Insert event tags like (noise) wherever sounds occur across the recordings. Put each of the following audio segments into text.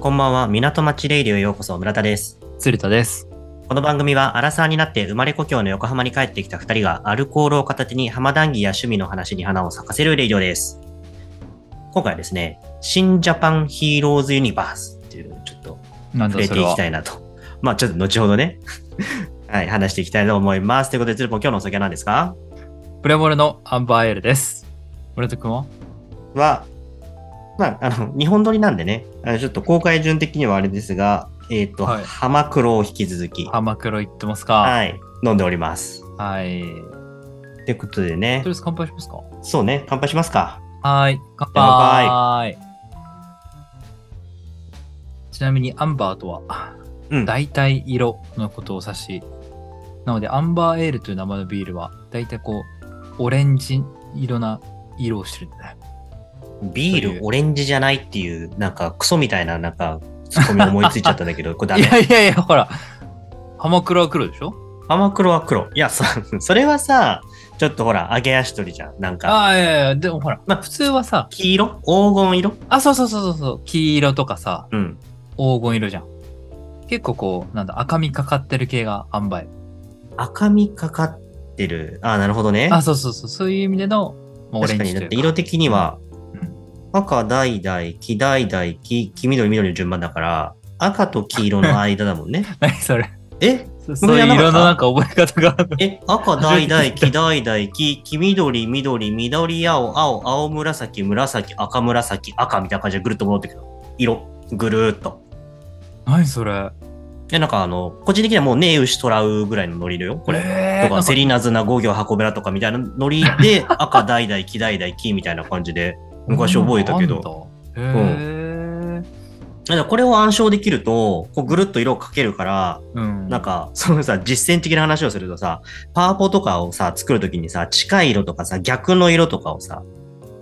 こんばんは、港町レイディオへようこそ、村田です。鶴田です。この番組は、アラサーになって生まれ故郷の横浜に帰ってきた2人が、アルコールを片手に浜談義や趣味の話に花を咲かせるレイディオです。今回はですね、新ジャパンヒーローズユニバースっていう、ちょっとなん触れだそてれいきは。たいなと。まあ、ちょっと後ほどね、 (laughs) はい、話していきたいと思います。ということで、鶴ポン、今日のお酒は何ですかプレモルのアンバーエールです。村田君はは、まあ、あの、日本撮りなんでね、あのちょっと公開順的にはあれですが、えっ、と、はい浜黒を引き続き、浜黒行ってますかはい、飲んでおります。はい。ということでとねりあえ、ず乾杯しますかそうね、乾杯しますか。はい。乾杯。ちなみにアンバーとは、うん。大体色のことを指し、なのでアンバーエールという名前のビールは、大体こう、オレンジ色な色をしてるんだよ。ビとーいうルオレンジじゃないっていう、なんかクソみたいな、なんか、ツッコミ思いついちゃったんだけ (laughs) ど、これダいメ。やいやいや、ほら、浜黒は黒でしょ浜黒は黒。いや、そ (laughs) それはさ、ちょっとほら、揚げ足取りじゃん。なんか、ああ、いやいや、でもほら、まあ普通はさ、黄色黄金色あ、そうそうそうそうそう、黄色とかさ、うん。黄金色じゃん。結構こう、なんだ、赤みかかってる系が塩梅。赤みかかってる。あー、なるほどね。あ、そうそうそう、そういう意味での、まあオレ確ンかジに。とだっいうかて色的にはうん、赤、大、大、黄、大、大、黄、黄、緑、緑の順番だから、赤と黄色の間だもん (laughs) ね。何それ。えそそういう色のなんか覚え方がある。え、赤、大、大、黄、大、大、黄、黄、緑、緑、緑、青、青、青、紫、紫、赤、紫、赤みたいな感じでぐるっと戻ってくる。色、ぐるーっと。何それ。え、なんかあの、個人的にはもうねえ牛トラウぐらいのノリだよ、これ。えーとなか、んセリナズナ5行箱べらとかみたいなノリ (laughs) で、赤、大、大、黄、大、大、黄みたいな感じで、昔覚えたけど。あんだへえ。だからこれを暗唱できると、こうぐるっと色をかけるから、うん。なんか、 (laughs) そのさ、実践的な話をするとさ、パワポとかをさ、作るときにさ、近い色とかさ、逆の色とかをさ、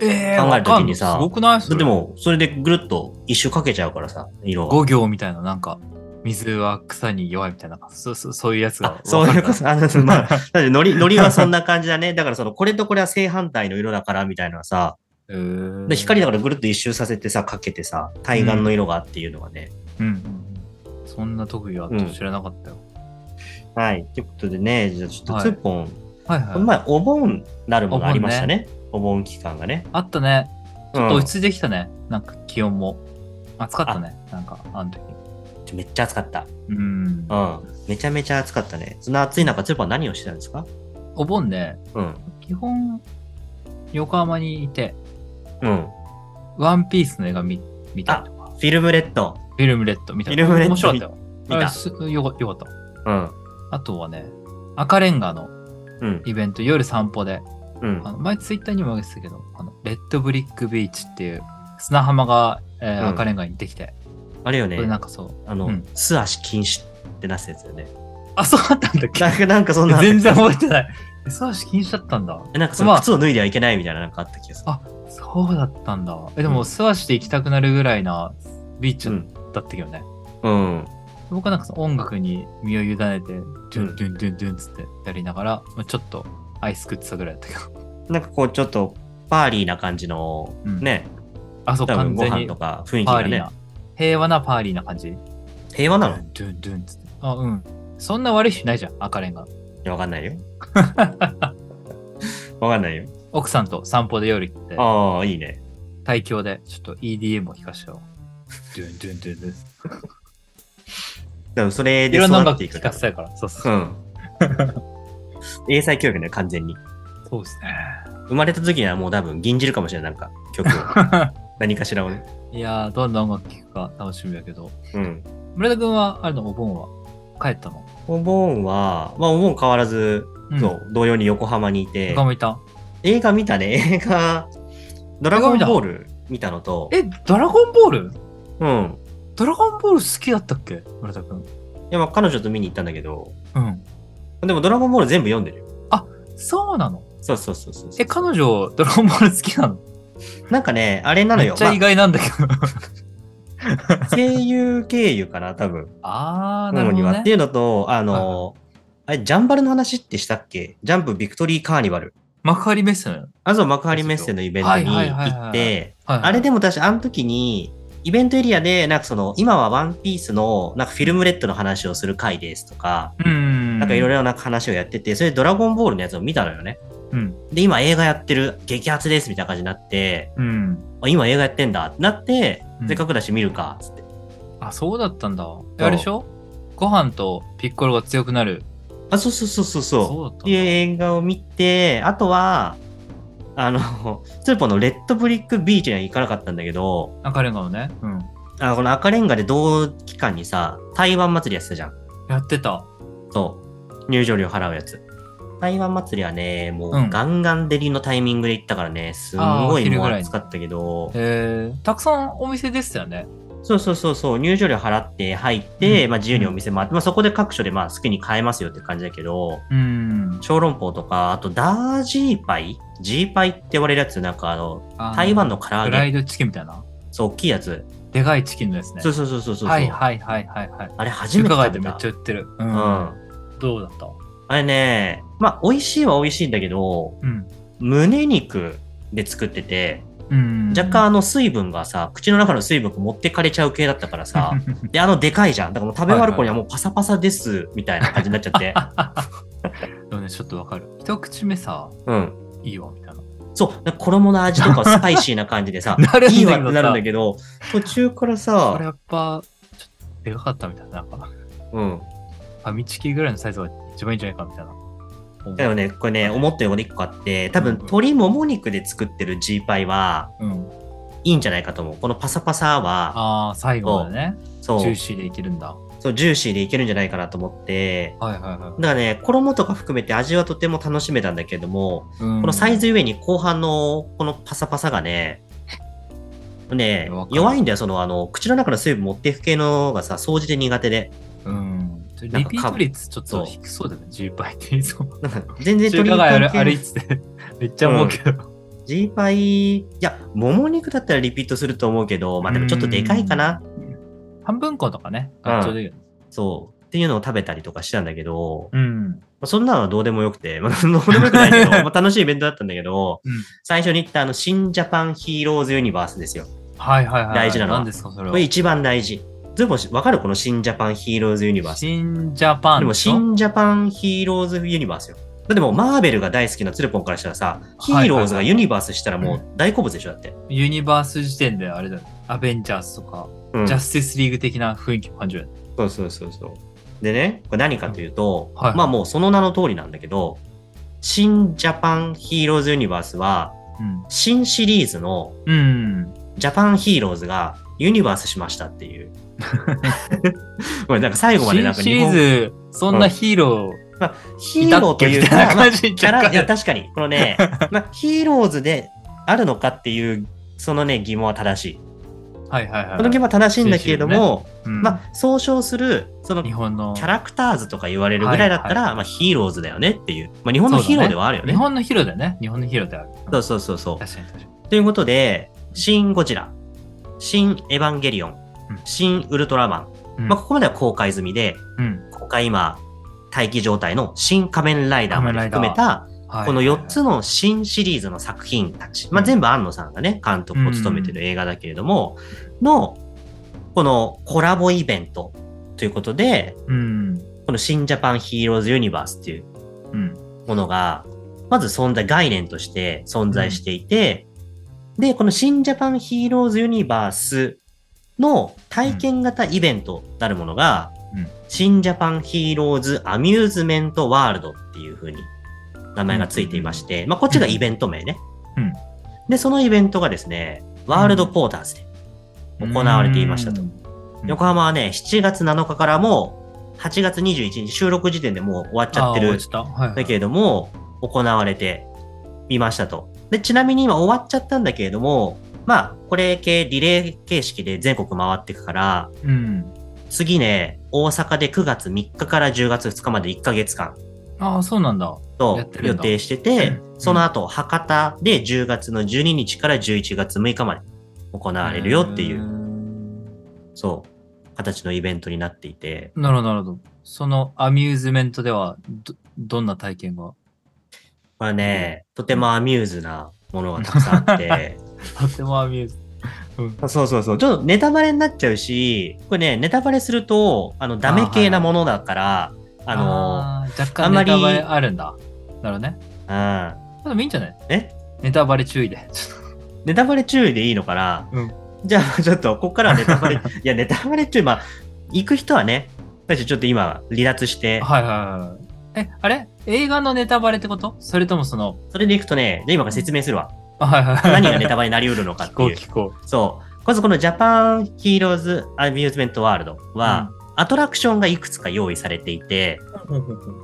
えー、考えるときにさわかんのすごくないそれでも、それでぐるっと一周かけちゃうからさ、色は。五行みたいな、なんか、水は草に弱いみたいな、そそそういうやつがあ、そういうこと。あの、 (laughs) (laughs) まあ、あ、だってノリ、ノリはそんな感じだね。だからその、これとこれは正反対の色だから、みたいなさ。へーで、光だからぐるっと一周させてさ、かけてさ、対岸の色がっていうのがね。うんうんうん、そんな特技はちょっと知らなかったよ。はい。ということでね、じゃあちょっとはいツーポン、はいこのはい。前、お盆なるものありましたね。お盆期間がね。あったね。ちょっとうん落ち着いてきたね。なんか気温も。暑かったね。なんか、あの時。めっちゃ暑かった。うん。うん。めちゃめちゃ暑かったね。そんな暑い中、ツーポンは何をしてたんですかお盆ね、うん。基本、横浜にいて、うん。ワンピースの映画見見たりとか、フィルムレッド。フィルムレッド見たりフィルムレッド面白かったよ。見あれた。すよかよかった。うん。あとはね、赤レンガのうん。イベント、夜散歩で、うんあ。の前ツイッターにもあげてたけど、あのレッドブリックビーチっていう砂浜が、えーうん赤レンガにできて、あれよねこれ。なんかそう、あの、うん素足禁止ってなすやつよね。 (laughs) あ、そうだったんだっけなんか、なんかそんな。全然覚えてない。えそうだし、禁止だったんだ。 (laughs) えなんかそのまあ靴を脱いではいけないみたいななんかあった気がする。そうだったんだ。え、でうも、ん素足で行きたくなるぐらいなビーチうん。だったけどね。うん。僕はなんかその音楽に身を委ねて、ドうゥんンドゥンドゥンドゥンつってやりながら、まあちょっとアイス食ってたぐらいだったけど。なんかこうちょっと、パーリーな感じの、うんね、あ、そう、多分完ご全飯にとかパ雰囲気ーがリーねな。。平和なパーリーな感じ。平和ドなのゥいンドゥンドゥンつって。あ、うん。そんな悪い日ないじゃん、赤レンガ。や、わかんない (laughs) よ。わかんないよ。奥さんと散歩で夜行って、ああ、いいね。対響でちょっと EDM を聴かせてよう。ドゥンドゥンドゥンドゥン。でもそれいでろんな音育っ (laughs) 楽ていく聴かからせ。たいから。そうそううそん。う。(laughs) 英才教育ね、完全に。そうですね。生まれた時にはもう多分、銀じるかもしれない、なんか、 (laughs) 曲を。何かしらをね。いやー、どんな音楽聴くか楽しみだけど。うん。村田君は、あれのお盆は帰ったのお盆は、まあ、お盆変わらず、うんそう、同様に横浜にいて他、もいた映画見たね、映 (laughs) 画、ドラゴンボール見たのと、え、ドラゴンボールうん。ドラゴンボール好きだったっけ村田君。いや、まあ、彼女と見に行ったんだけど、うん。でもドラゴンボール全部読んでるよ。そうなのそうそうそうそうそえ、う。彼女、ドラゴンボール好きなのなんかね、あれなのめっよ。ちゃ意外なんだけど。まあ声優経由かな、多分。 (laughs) あー、なる主ほにど、は。っていね。うのと、あの、あれ、ジャンバルの話ってしたっけジャンプビクトリーカーニバル。幕張メッセなのあと幕張メッセのイベントにはいはいはい行はっいて、はいはいあれでも私、あの時に、イベントエリアで、なんかその、今はワンピースの、なんかフィルムレッドの話をする回ですとか、うん。なんかいろいろ。ろな話をやってて、それでドラゴンボールのやつを見たのよね。うん。で、今映画やってる、激アツですみたいな感じになって、うん。あ今映画やってんだってなって、うんせっかくだし見るか、つって。あ、そうだったんだ。あれでしょご飯とピッコロが強くなる。あ、そうそうそうそうそう。そうだっったてんいうだ。映画を見て、あとは、あの、 (laughs) スーポのレッドブリックビーチには行かなかったんだけど、あ、彼もね。うん。あのこの赤レンガで同期間にさ、台湾祭りやってたじゃん。やってた。そう。入場料払うやつ。台湾祭りはね、もうんうガンガン照りのタイミングで行ったからね、すんあーおごい昼もぐうらいに暑かったけど、えー、たくさんお店でしたよね。そうそうそうそう、入場料払って入って、うんまあ自由にお店回って、まあそこで各所でまあ好きに買えますよって感じだけど、うん。小籠包とか、あとダージーパイジーパイって言われるやつ、なんかあの、台湾の唐揚フラげイドチキンみたいな。そう、大きいやつ。でかいチキンのですね。そうそうそうそうそう。はいはいはいはいはい。あれ初め中て華街食でべめた。っちゃ売ってる。う。うんん。どうだったあれね、まあ、美味しいは美味しいんだけど、うん。胸肉で作ってて、うん。若干あの水分がさ、口の中の水分が持ってかれちゃう系だったからさ、で、あのでかいじゃん。だからもう食べ終わる頃にはもうパサパサです、みたいな感じになっちゃ (laughs) って。でもね、ちょっとわかる。一口目さ、うん。いいわ、みたいな。、そう、だから衣の味とかスパイシーな感じでさ (laughs) なるんだけどさいいわってなるんだけど、途中からこれさ、やっぱ、ちょっとでかかったみたいな。なんか、フうん。ァミチキぐらいのサイズが一番いいんじゃないか、みたいな。だよね、これね、思ったように1個あって、多分鶏もも肉で作ってるジーパイは、うん。いいんじゃないかと思う。このパサパサは、ああ、最後までね、そうジューシーでいけるんだ。はそう、ジューシーでいけるんじゃないかなと思って、いはいだはからね、衣とか含めて味はとても楽しめたんだけれども、い。うんこのサイズゆえに後半のこのパサパサがね、ねわか、る弱いんだよ、その、あの、口の中の水分持っていく系のがさ、掃除で苦手で。うん。リなんかピート率ちょっそとう低そうだね、ジーパイって言 (laughs) いそう。なんか全然中鶏華街歩肉歩系いてて、めっちゃ思うけど。ジーパイ、いや、もも肉だったらリピートすると思うけど、まあでもちょっとでかいかな。半分こうとかね、うんちょうどいいよね。そう。っていうのを食べたりとかしたんだけど、うん。まあそんなのはどうでもよくて、まあ、どうでもよくない (laughs) けど、まあ楽しいイベントだったんだけど、うん最初に言ったあの、新ジャパンヒーローズユニバースですよ。はいはいはい。大事なのは何ですか、それこれは。一番大事。ズボン、わかるこの新ジャパンヒーローズユニバース。新ジャパンでも、しょ新ジャパンヒーローズユニバースよ。だってもう、マーベルが大好きなツルポンからしたらさ、ヒーローズがユニバースしたらもう大好物でしょ、だって。ユニバース時点であれだよね。アベンジャーズとか、うんジャスティスリーグ的な雰囲気を感じるよね。そうそうそうそう。でね、これ何かというと、うんはいまあもうその名の通りなんだけど、新ジャパンヒーローズユニバースは、新シリーズのうん。うん。ジャパンヒーローズがユニバースしましたって (laughs) いう。これなんか最後までなん新かシ日リー本ズ、そんなヒーロまあ、ーヒいーたローっとけいみうたいなか、まあ感じにキャラ、いや確かに、この (laughs) ね、まあ、ヒーローズであるのかっていう、そのね、疑問は正しい。はいはいはい。この疑問は正しいんだけれども、うんまあ、総称する、その日本のキャラクターズとか言われるぐらいだったら、はいはまあ、ヒーローズだよねっていう、まあ、日本のヒーローではあるよね。日本のヒーローだよね。日本のヒーローである。そううんそうそうそう確かに確かに。ということで、シン・ゴジラ、シン・エヴァンゲリオンうん、シン・ウルトラマン、うんまあ、ここまでは公開済みで、うん。ここから今、待機状態の新仮面ライダーまで含めた、はいこの4つはの新シリーズの作品たち、まあ、うん全部安野さんがね、監督を務めてる映画だけれども、の、このコラボイベントということで、いはいうん。この新ジャパンヒーローズユニバースっていううん。ものが、まず存在、概念として存在していて、で、この新ジャパンヒーローズユニバースの体験型イベントなるものが、うん新ジャパンヒーローズアミューズメントワールドっていう風に名前がついていまして、まあ、こっちがイベント名ね。うんで、そのイベントがですね、ワールドポーターズで行われていましたと。うん。うん横浜はね、7月7日からもう8月21日収録時点でもう終わっちゃってあーる落ちたはいはいだけれども、行われてみましたと。で、ちなみに今終わっちゃったんだけれども、まあ、これ系、リレー形式で全国回っていくから、うん。次ね、大阪で9月3日から10月2日まで1ヶ月間ああ、そうなんだ。とやってる予んだ定してて、うんその後、博多で10月の12日から11月6日まで行われるよっていう、う。そう、形のイベントになっていて、なるほど、なるほど。そのアミューズメントでは、ど、どんな体験が (laughs) これね、とてもアミューズなものがたくさんあって、とてもアミューズ。うんそうそうそう。ちょっとネタバレになっちゃうし、これね、ネタバレすると、あの、ダメ系なものだから、あのあー若あん干まネりタバレあるんだ。なるほどね。まあでもいいんじゃないえネタバレ注意で。ちょっうん。ネタバレ注意でいいのかな、うんじゃあ、ちょっと、ここからはネタ (laughs) バレ、いや、ネタバレ注意、まあ、行く人はね、私ちょっと今、離脱してと、はいはいはいはい。え、あれ映画のネタバレってことそれともその、それで行くとね、じゃあ今から説明するわ。あはいはいはい。何がネタバレになりうるのかっ聞てこういう。聞こそう。まずこのジャパンヒーローズアミューズメントワールドは、アトラクションがいくつか用意されていて、う。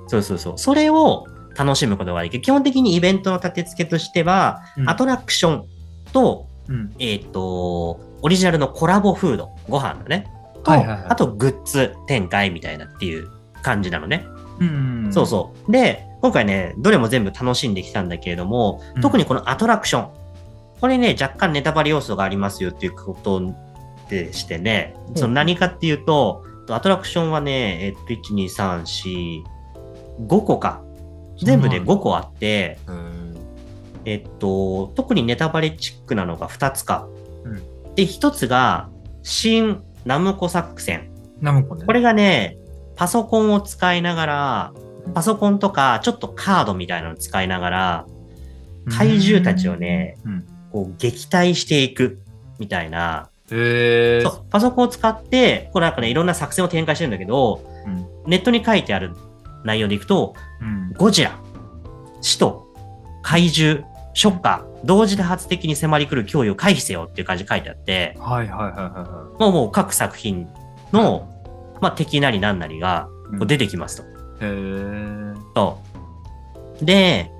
そうそうそう。それを楽しむことができる。基本的にイベントの立て付けとしては、アトラクションと、うん、えっ、と、オリジナルのコラボフード、ご飯だね。と、はいはいはいあとグッズ展開みたいなっていう感じなのね。うん。そうそう。で、今回ね、どれも全部楽しんできたんだけれども、うん特にこのアトラクション。これね、若干ネタバレ要素がありますよっていうことでしてね、その何かっていうと、アトラクションはね、えっと、1、2、3、4、5個か。全部で5個あって、うーん。えっと、特にネタバレチックなのが2つか。うんで、1つが、新ナムコ作戦。ナムコね。これがね、パソコンを使いながら、パソコンとか、ちょっとカードみたいなのを使いながら、怪獣たちをねうん。うん。こう撃退していくみたいな、へえ。そうパソコンを使って、これなんかね、いろんな作戦を展開してるんだけど、うん。ネットに書いてある内容でいくと、うん。ゴジラ、死と怪獣、ショッカー、同時多発的に迫り来る脅威を回避せよっていう感じで書いてあって、はいはいはいはもうもう各作品の、まあ、敵なりなんなりがいこはうい。出てきますと。へえ。そうで、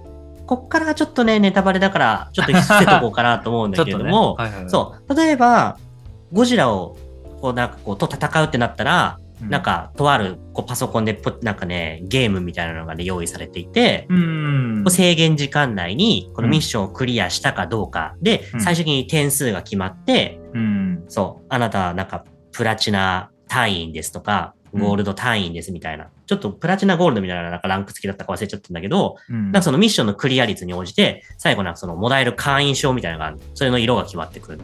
こっからちょっとね、ネタバレだから、ちょっと伏せとこうかなと思うん (laughs) ちょだっけれとどね。も、はいはいはいそう。例えば、ゴジラを、こう、なんかこう、と戦うってなったら、うなん、か、とある、こう、パソコンでポ、なんかね、ゲームみたいなのがね、用意されていて、うんこう。制限時間内に、このミッションをクリアしたかどうかで、うん最終的に点数が決まって、うん。そう、あなたはなんか、プラチナ単位ですとか、うんゴールド単位ですみたいな。ちょっとプラチナゴールドみたいな、なんかランク付きだったか忘れちゃったんだけど、うん。なんかそのミッションのクリア率に応じて、最後なんかそのもらえる会員証みたいなのがある。それの色が決まってくる。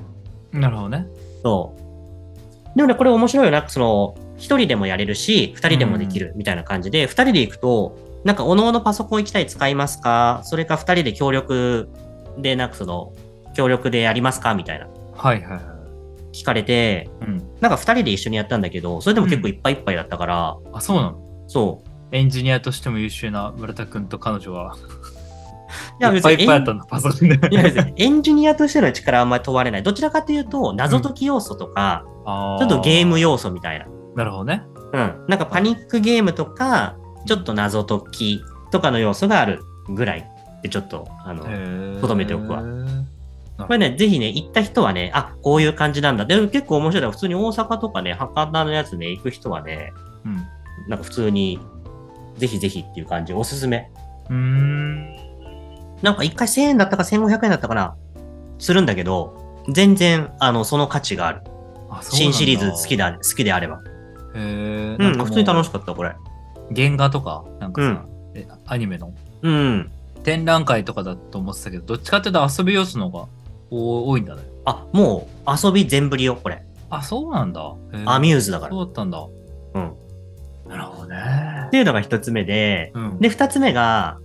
なるほどね。そう。でもね、これ面白いよな。その、一人でもやれるし、二人でもできるみたいな感じで、二、人で行くと、なんか、おのおのパソコン1台使いますかそれか二人で協力で、なんかその、協力でやりますかみたいな。はいはいはい。聞かれて、うん。なんか二人で一緒にやったんだけど、それでも結構いっぱいいっぱいだったから、あ、そうなのそう。エンジニアとしても優秀な村田くんと彼女は、いや、いっ別ぱいにいっぱいあったんだ、パソコンで。エンいや別にエンジニアとしての力はあんまり問われない。どちらかというと、謎解き要素とか、 (laughs) あちょっとゲーム用。要素みたいな。なるほどね。うん、なんかパニックゲームとか、ちょっと謎解きとかの要素があるぐらいで、ちょっと、あの、ととどめておくわうこれね、ぜひね、行った人はね、あ、こういう感じなんだ。で、結構面白いのは普通に大阪とかね、博多のやつね、行く人はね、ん。なんか普通に、ぜひぜひっていう感じ、おすすめ。うーん。なんか1回1000円だったか1500円だったかな、するんだけど、全然、あの、その価値がある。あそうな新んだシリーズ好きだ、好きであれば。へえ。うん、普通に楽しく。かった、これ。原画とか、なんかさ、えアニメのうん。展覧会とかだと思ってたけど、どっちかっていうと遊び要素の方がお多いんだね。あ、もう遊び全振りよ、これ。あ、そうなんだ。へーアミューズだから。そうだったんだ。うん。なるほどねっ。ていうのが一つ目で、うん。で、二つ目が、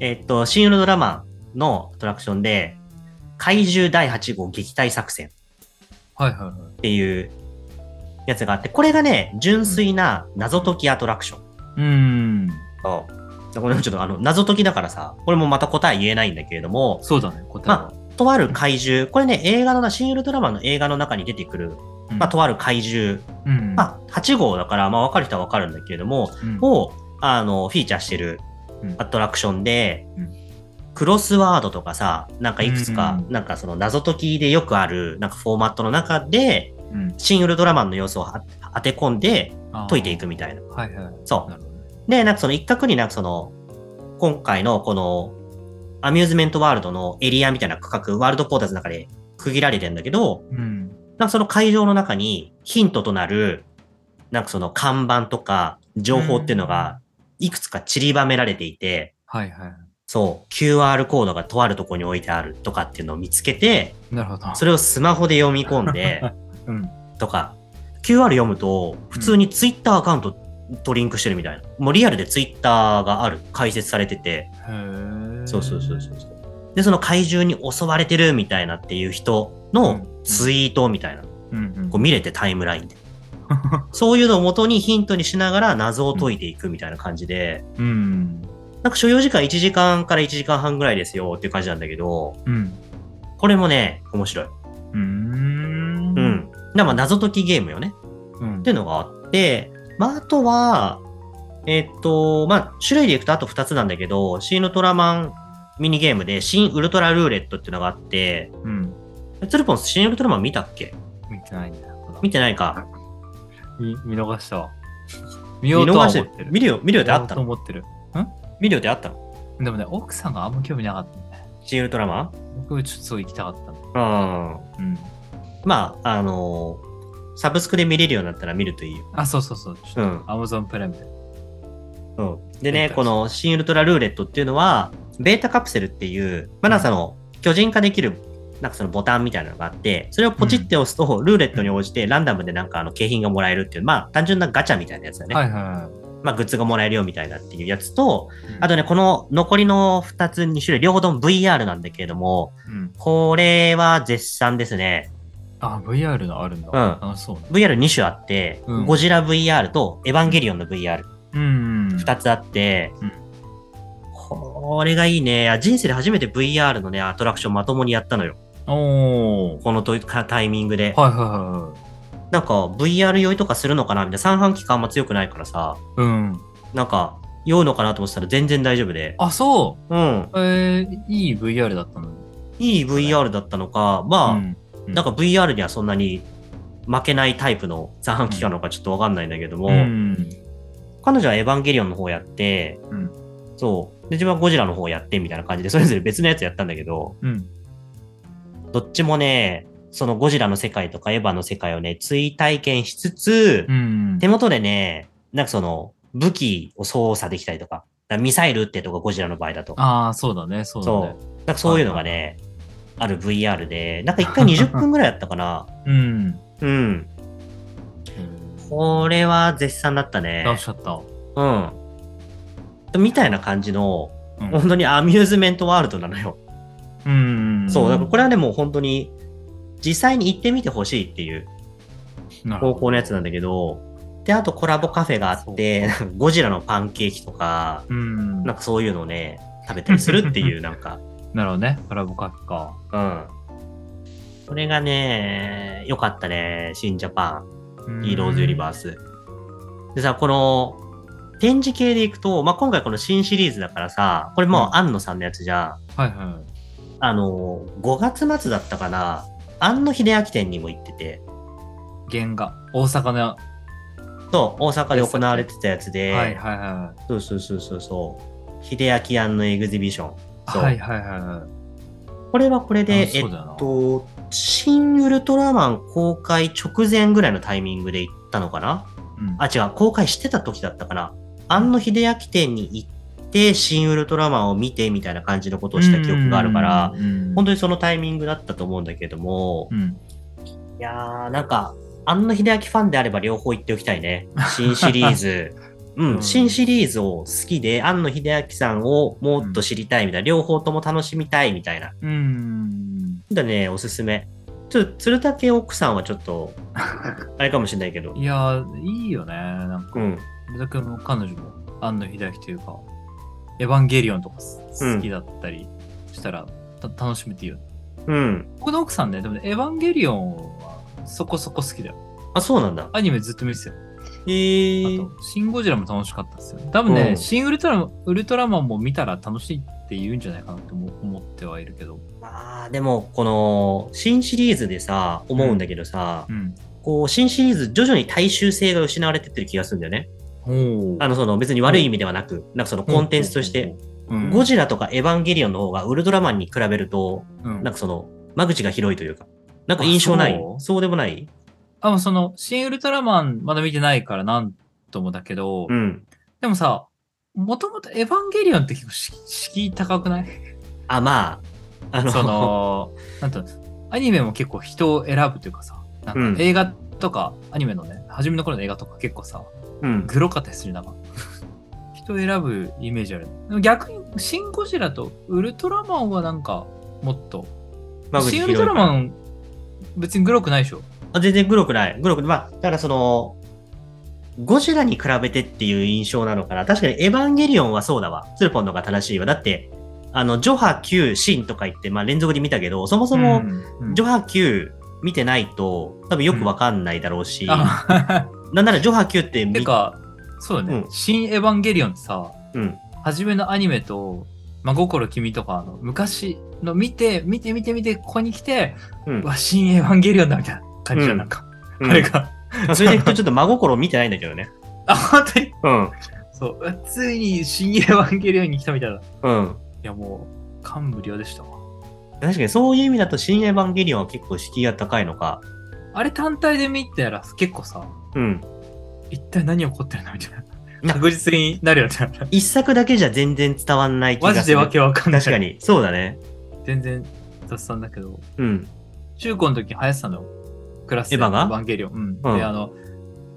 えっと、新ウルトラマンのアトラクションで、怪獣第8号撃退作戦はいはいはい。っていうやつがあって、これがね、純粋な謎解きアトラクション。うーん。そうこれもちょっとあの、謎解きだからさ、これもまた答え言えないんだけれども、そうだね、答えまは。あ、とある怪獣、これね、映画のな、新ウルトラマンの映画の中に出てくる、うんまあ、とある怪獣、うん。まあ、8号だから、まあ、わかる人はわかるんだけれども、うんをあのフィーチャーしてるうんアトラクションで、うんクロスワードとかさなんかいくつか、うなんかその謎解きでよくあるなんかフォーマットの中でうん新ウルトラマンの様子をは当て込んであー解いていくみたいなはいはい。そなるほどね。うでなんかその一角になんかその今回のこのアミューズメントワールドのエリアみたいな区画ワールドポータルの中で区切られてんだけどうん。なんかその会場の中にヒントとなる、なんかその看板とか情報っていうのが、いくつか散りばめられていて、はいはい。そう、QR コードがとあるとこに置いてあるとかっていうのを見つけて、なるほど。それをスマホで読み込んで、 (laughs) うん。とか、QR 読むと、普通に Twitter アカウントとリンクしてるみたいな。もうリアルで Twitter がある、解説されてて、へえ。そうそうそうそうそう。で、その怪獣に襲われてるみたいなっていう人のツイートみたいな、うんうん。こう見れてタイムラインで。そういうのを元にヒントにしながら謎を解いていくみたいな感じで、うん。なんか所要時間1時間から1時間半ぐらいですよっていう感じなんだけど、うん。これもね、面白い。うーん。う。ん。でまあ謎解きゲームよね。うんってい。うのがあって、まあ、あとは、えっと、まあ、種類でいくとあと2つなんだけど、シン・ウルトラマンミニゲームで、シン・ウルトラルーレットっていうのがあって、うん。ツルポン、シン・ウルトラマン見たっけ見てないんだ。見てないか。見見逃したわ。見見ようとは思しってる。見るよ、見るよってあった見のようと思ってる。見るよってあったのでもね、奥さんがあんま興味なかったんだよね。シン・ウルトラマン僕、ちょっとそう行きたかったの。うん。うん。まあ、あのーサブスクで見れるようになったら見るといいよ。あ、そうそうそう。ちょっとうん。アマゾンプライムで。うん、でレンねタ、ルこのシン・ウルトラルーレットっていうのは、ベータカプセルっていう、まあ、なんかその、巨人化できる、なんかそのボタンみたいなのがあって、それをポチって押すと、ルーレットに応じてランダムでなんかあの景品がもらえるっていう、まあ単純なガチャみたいなやつだね。はいはいはい。まあグッズがもらえるよみたいなっていうやつと、あとね、ね、この残りの2つ、2種類、両方とも VR なんだけれども、うん。これは絶賛ですね。あ、VR のあるんだ。うん楽しそうね。 VR2 種あって、うんゴジラ VR とエヴァンゲリオンの VR。うん。 2つあって、うんこれがいいね。あ人生で初めて VR のね、アトラクションまともにやったのよ。おー。このとかタイミングで。はいはいはなんか VR 酔いとかするのかなみたいな。三半規管あんま強くないからさ、いはい。うん。なんか酔うのかなと思ってたら全然大丈夫で。あ、そうん。う。えー、いい VR だったの。いい VR だったのか、まん。あ、なんか VR にはそんなに負けないタイプの三半規管なのかちょっとわかんないんだけども、うん。彼女はエヴァンゲリオンの方やって、うんそう。で、自分はゴジラの方やってみたいな感じで、それぞれ別のやつやったんだけど、うん。どっちもね、そのゴジラの世界とかエヴァの世界をね、追体験しつつ、うん。手元でね、なんかその武器を操作できたりとか、だからミサイル撃ってとかゴジラの場合だと。ああ、そうだね、そうだそう。ね。なんかそういうのがね、ある VR で、なんか1回20分ぐらいだったかな。 (laughs) うん。うん。これは絶賛だったね。楽しかった。うん。みたいな感じの、うん本当にアミューズメントワールドなのよ。うん。そう、だからこれはね、もう本当に、実際に行ってみてほしいっていうなるほ高ど校のやつなんだけど、で、あとコラボカフェがあって、ゴジラのパンケーキとか、うん。なんなかそういうのをね、食べたりするっていう、なんか、るほどね。コラボカフェか。うん。これがね、良かったね、新ジャパン、ヒーローズユニバース。でさ、この、展示系でいくと、まあ、今回この新シリーズだからさ、これもう安野さんのやつじゃん。ース。はいはあの、5月末だったかな、安野秀明店にも行ってて、い。原画。大阪の。はそう、大阪で行われてたやついで、はいはそうそうそうそうそう。秀明庵のエグゼビション。い。そう。はいはいはいはい。これはこれで楽、しえっそうだよなと、新ウルトラマン公開直前ぐらいのタイミングで行ったのかなうんあ、違う、公開してた時だったかな。庵野秀明店に行って、新ウルトラマンを見てみたいな感じのことをした記憶があるから、、うん本当にそのタイミングだったと思うんだけども、うん。いやー、なんか、庵野秀明ファンであれば両方行っておきたいね。 (laughs) 新シリーズ。うん、うん新シリーズを好きで、庵野秀明さんをもっと知りたいみたいな、両方とも楽しみたいみたいな。うん。だね、おすすめ。ちょっと、鶴竹奥さんはちょっ (laughs) と、あれかもしれないけど。いやー、いいよね。なんうか、ん。武田君も彼女も、庵野秀明というか、エヴァンゲリオンとかすうん好きだったりしたら、た楽しめていいよね。うん。僕の奥さんね、でもね、エヴァンゲリオンはそこそこ好きだよ。あ、そうなんだ。アニメずっと見てたよ。へあー。と、シン・ゴジラも楽しかったですよ。多分ね、うんシンウルトラマン・ウルトラマンも見たら楽しいって言うんじゃないかなと思思ってはいるけど。まあ、でも、この、新シリーズでさ、思うんだけどさ、うん。こう、新シリーズ、徐々に大衆性が失われてってる気がするんだよね。おあの、その、別に悪い意味ではなく、なんかそのコンテンツとして、、うん、ゴジラとかエヴァンゲリオンの方がウルトラマンに比べると、うんなんかその、間口が広いというか、なんか印象ないあそそううでもないあ、もうその、シン・ウルトラマンまだ見てないからなんともだけど、うん。でもさ、もともとエヴァンゲリオンって結構し敷居高くない (laughs) あ、まあ、あの、その、なんと、アニメも結構人を選ぶというかさ、なんか映画とか、アニメのね、初めの頃の映画とか結構さ、うん。グロかったりするな。 (laughs) 人を選ぶイメージある。でも逆に、シン・ゴジラとウルトラマンはなんか、もっと。間口シン・ウ広いルかトらラマン、別にグロくないでしょ。あ全然グロくない。グロくない。まあ、だからその、ゴジラに比べてっていう印象なのかな。確かにエヴァンゲリオンはそうだわ。ツルポンの方が正しいわ。だって、あの、ジョハ9、シンとか言って、まあ連続で見たけど、そもそも、うん、ジョハ9見てないと、多分よくわかんないだろうし、あなんならジョハ9って見てか、そうだね、うんシン・エヴァンゲリオンってさ、うん。初めのアニメと、真心君とか、あの、昔の見て、見て見て見て、ここに来て、うん。わ、シン・エヴァンゲリオンだみたいな感じじゃん、うんなんか。うんあれが。まあそれでいくとちょっと真心見てないんだけどね。あ、本当にうん。そう。うわついに、シン・エヴァンゲリオンに来たみたいな。いうん。や、もう、感無量でしたわ。確かにそういう意味だと、新エヴァンゲリオンは結構敷居が高いのか。あれ単体で見たら、結構さ、うん。一体何起こってるのみたいなな。確実になるよね。一作だけじゃ全然伝わんない気がマする。ジでわけわかんない。確か。に。そうだね。全然雑さんだけど。うん。中高の時、林さんのクラスでエヴァがエヴァンゲリオン。うん。うんで、あの、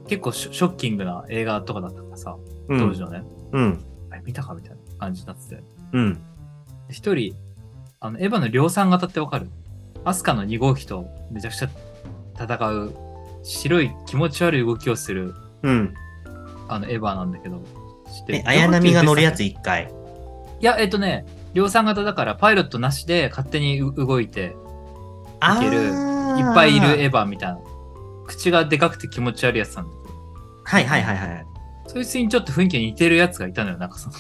結構ショショッキングな映画とかだったからさ、う当時ん。のね、うん。あれ見たかみたいな感じになってて。うん。一人、あの、エヴァの量産型ってわかるアスカの2号機とめちゃくちゃ戦う、白い気持ち悪い動きをする、うん。あの、エヴァなんだけど、知ってえ、綾波が乗るやつい一回。や、えっとね、量産型だからパイロットなしで勝手にう動いて、あーいけるいっぱいいるエヴァみたいな。口がでかくて気持ち悪いやつなんだけど。はいはいはいはい。そいつにちょっと雰囲気に似てるやつがいたのよ、なんか (laughs) その。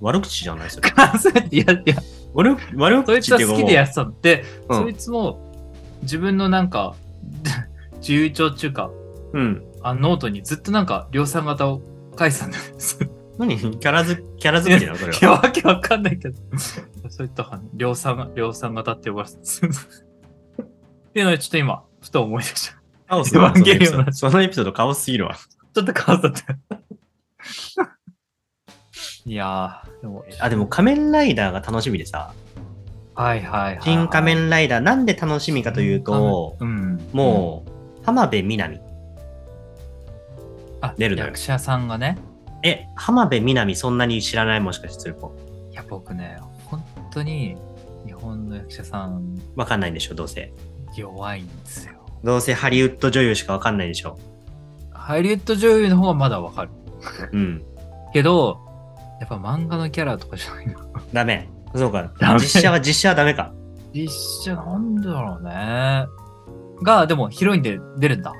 悪口じゃないですよ。 (laughs) そうやっていやいや、悪悪そいつ口っはていうかも好きうでやってたの。で、うんそいつも自分のなんか、 (laughs) 自由帳っていうか、うん。あのノートにずっとなんか量産型を書いてたんだよ。何 (laughs) キャラづキャラ作りな (laughs) のそれいや、は。わけわかんないけど。 (laughs) そういったかね量産、量産型って呼ばれてた。っていうのをちょっと今、ふと思い出した。カオスだわエヴァンゲリオ (laughs) ンそのエピソードそのエピソードカオスすぎるわ。ちょっと変わったって。 (laughs) いやー、でも、あ、でも仮面ライダーが楽しみでさ、はいはいはい。新仮面ライダーなんで楽しみかというと、うん、もう、浜辺美波。うん、あ出るのよ役者さんがね、え、浜辺美波そんなに知らないもしかしてする子。いや、僕ね、本当に日本の役者さんわかんないんでしょ、どうせ。弱いんですよ。どうせハリウッド女優しかわかんないでしょ。ハリウッド女優の方はまだわかる。うん。けど、やっぱ漫画のキャラとかじゃないの。ダメ。そうかダ。メ実写は実写はダメか。一緒なんだろうね。が、でもヒロインで出るんだ。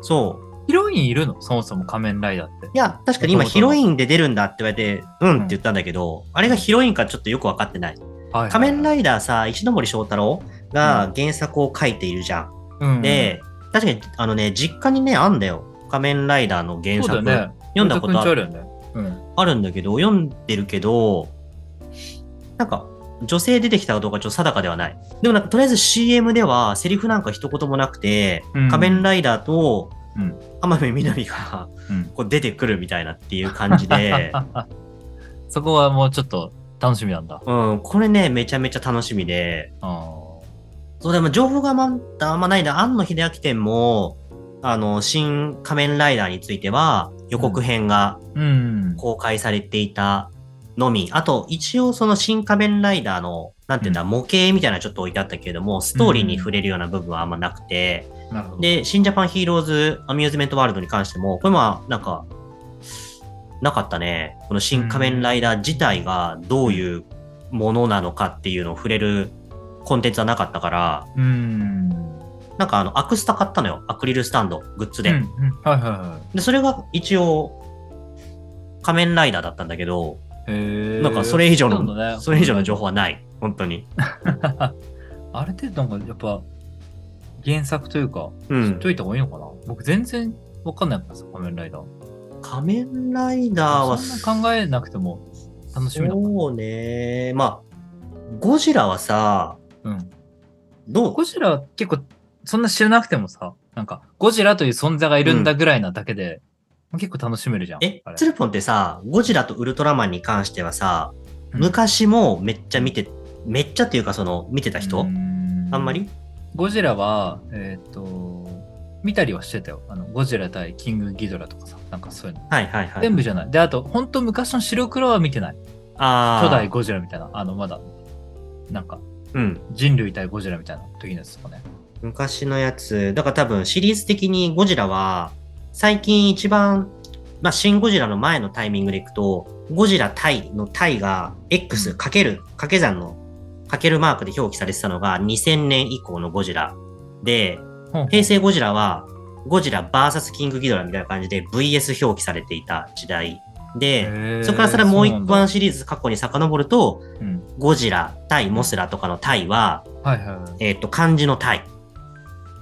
そう。ヒロインいるのそもそも仮面ライダーって。いや、確かに今そうそヒうロインで出るんだって言われて、うんって言ったんだけど、あれがヒロインかちょっとよくわかってない。はいはい仮面ライダーさ、石ノ森章太郎が原作を書いているじゃん。うんうんで、確かに、あのね、実家にね、あんだよ。仮面ライダーの原そ作。うだよね。読んだことあるるよね。うん。あるんだけど、読んでるけど、なんか、女性出てきたかどうかちょっと定かではない。でもなんか、とりあえず CM では、セリフなんか一言もなくて、うん仮面ライダーとうん、天海みなみが、うん。こう出てくるみたいなっていう感じ (laughs) で、そこはもうちょっと楽しみなんだ。うん、これね、めちゃめちゃ楽しみで、あそう、でも情報がまだあんまないんだ。庵野秀明店も、あの、新仮面ライダーについては、予告編がうん。公開されていたのみ、あと一応その新仮面ライダーの、なんていうんだ、う模型みたいなのちょっと置いてあったけれども、ストーリーに触れるような部分はあんまなくて、なるほど。で、新ジャパンヒーローズアミューズメントワールドに関しても、これまあ、なんか、なかったね。この新仮面ライダー自体がどういうものなのかっていうのを触れるコンテンツはなかったから、うん。なんかあの、アクスタ買ったのよ。アクリルスタンド、グッズで。うんうんはいはいはで、それが一応、仮面ライダーだったんだけど、い。へえ。なんかそれ以上そうなんだの、ねそれ以上の情報はない。本当に。あれってなんかやっぱ原作というか、う知っん。といた方がいいのかな僕全然わかんないからさ、仮面ライダー。仮面ライダーは、そんな考えなくても楽しみだもん。そうね。まあ、ゴジラはさ、うん。どうゴジラ結構そんな知らなくてもさ、なんかゴジラという存在がいるんだぐらいなだけで、結構楽しめるじゃん。えあ、れツルポンってさ、ゴジラとウルトラマンに関してはさ、うん昔もめっちゃ見て、めっちゃっていうかその、見てた人、うーんあんまりゴジラは、えっ、と、見たりはしてたよ。あの、ゴジラ対キングギドラとかさ、なんかそういうの。はいはいはい。全部じゃない。で、あと、本当昔の白黒は見てない。あー初代ゴジラみたいな、あの、まだ、なんか、うん。人類対ゴジラみたいな時のやつとかね。昔のやつ、だから多分シリーズ的にゴジラは、最近一番、まあ、シン・ゴジラの前のタイミングでいくと、ゴジラ対の対が X かける、掛け算の、かけるマークで表記されてたのが2000年以降のゴジラ。で、平成ゴジラは、ゴジラ VS キングギドラみたいな感じで VS 表記されていた時代で、成そこからさらもう一番シリーズ過去に遡ると、うん。ゴジラ対モスラとかの対は、はいはいはい。えっ、と、漢字の対。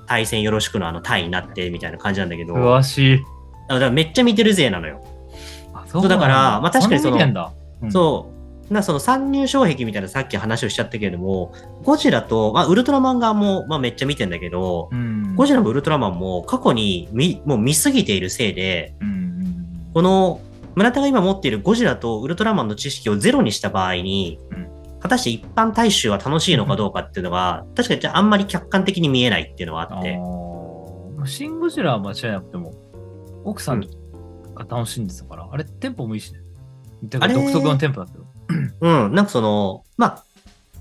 対戦よろしくのあの対になってみたいな感じなんだけど、だか詳しい。らめっちゃ見てるぜなのよ。あ、そそうだからまあ確かにそのんな見てんだ。うんそう。なその参入障壁みたいなさっき話をしちゃったけれども、ゴジラと、まあ、ウルトラマン側も、まあ、めっちゃ見てんだけど、うん。ゴジラもウルトラマンも過去に見もう見すぎているせいで、うんうんこの村田が今持っているゴジラとウルトラマンの知識をゼロにした場合にうん、果たして一般大衆は楽しいのかどうかっていうのが、確かにじゃああんまり客観的に見えないっていうのはああって。ーまあシン・ゴジラは間違いなくても、奥さんが楽しんでたから、あれ、テンポもいいしね。だからあれ独特のテンポだけど。うん、なんかその、まあ、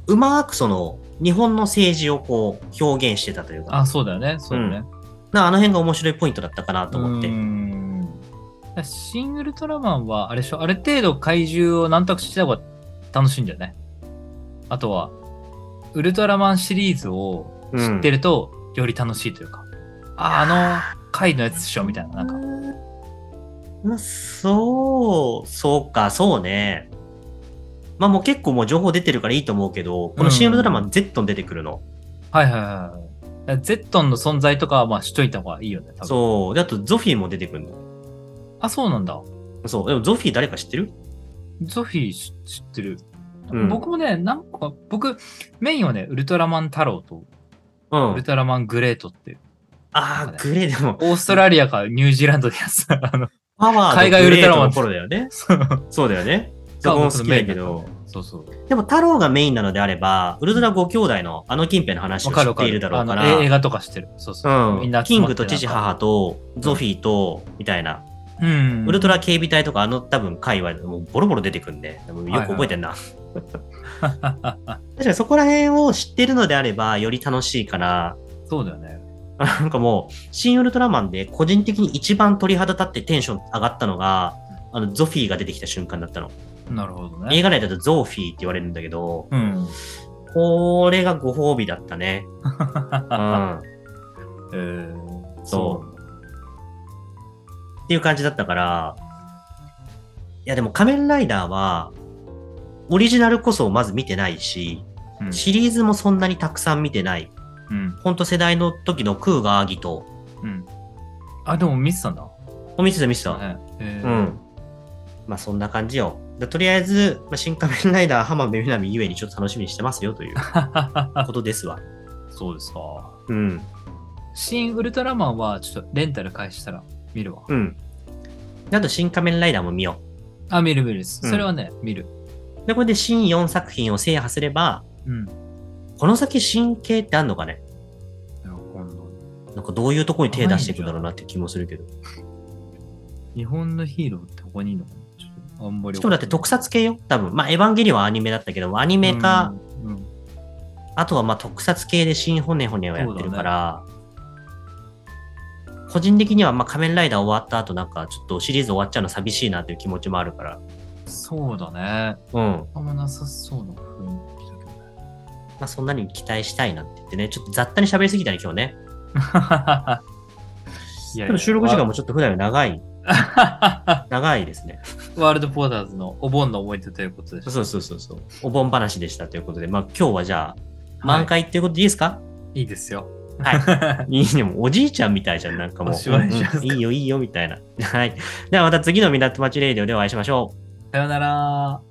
うまくその、日本の政治をこう、表現してたというか、あ、そうだよね。そうだよね。なあの辺が面白いポイントだったかなと思っうーて。んシン・ウルトラマンは、あれでしょ、ある程度怪獣を何となくしてた方が楽しいんだよね。あとは、ウルトラマンシリーズを知ってると、より楽しいというか、あ、あの回のやつでしょ、みたいな、なんか。まあ、そう、そうか、そうね。まあもう結構もう情報出てるからいいと思うけど、この CM ドラマ Z に出てくるの。はいはいはいはい。ゼットンの存在とかは、まあ、しといた方がいいよね、多分。そう。で、あとゾフィーも出てくるの。あ、そうなんだ。そう。でもゾフィー誰か知ってるゾフィーし知ってる。うん僕もね、なんか、僕、メインはね、ウルトラマン太郎と、うウルん。トラマングレートって、ああ、グレーでも、オーストラリアかニュージーランドでやつ、 (laughs) あの、パワー海外ウルトラマンの頃だよね。そうそうだよね。そこも好きだけど。。そうそう。でも太郎がメインなのであれば、ウルトラ5兄弟のあの近辺の話をわか知るっわかてる。いるだろうかあのえ映ら、画とかしてる。そうそう。みんう、なん集キまンってグと父なんか母とゾフィーと、みたいな、うん。ウルトラ警備隊とかあの多分界隈でもうボロボロ出てくんで、でもよく覚えてんな。確かにそこら辺を知ってるのであれば、より楽しいから、 (laughs) そうだよね。なんかもう、新ウルトラマンで個人的に一番鳥肌立ってテンション上がったのが、あのゾフィーが出てきた瞬間だったの。なるほど映ね。画内だとゾーフィーって言われるんだけど、うん。これがご褒美だったね。うん。 (laughs) えーそう。っていう感じだったから、いやでも仮面ライダーは、オリジナルこそまず見てないし、う。うんシリーズもそんなにたくさん見てない。うん。ほんと世代の時の空がアギト。うん。あ、でも見てたんだ。お見せた見せた。ねえーうん。まあそんな感じよ。でとりあえず、まあ、新仮面ライダー浜辺美波ゆえにちょっと楽しみにしてますよと (laughs) いうことですわ。そうですか。うん。新ウルトラマンは、ちょっとレンタル返したら見るわ。うん。であと新仮面ライダーも見よあ、見る見るです。うんそれはね、見る。う。で、これで新4作品を制覇すれば、うん。この先新系ってあんのかね今度、なんかどういうとこに手出していくんだろうなっていう気もするけど。日本のヒーローってここにいるのかなちょっとあんまり。しかもだって特撮系よ、多分。まあ、エヴァンゲリオンはアニメだったけど、アニメか、うん。うんあとはまあ特撮系で新骨骨をやってるから、個人的にはまあ仮面ライダー終わった後なんかちょっとシリーズ終わっちゃうの寂しいなという気持ちもあるから。そうだね。うん。まあんまなさそうな雰囲気だけど (laughs) ね。あ、そんなに期待したいなって言ってね、ちょっと雑多に喋りすぎたね、今日ね。いやいやでも収録時間もちょっと普段より長い、 (laughs) ワ長いですね。ワールドポーターズのお盆の思い出ということでし (laughs) そうそうそうそう。お盆話でしたということで、まあ今日はじゃあ、た。満開っていうことでいいですか、いいですよ。いいね、もうおじいちゃんみたいじゃん、なんかもう。おしまいにしますかうんうんいいよ、いいよ、みたいな。はい。ではまた次の港町レイディオでお会いしましょう。さよなら。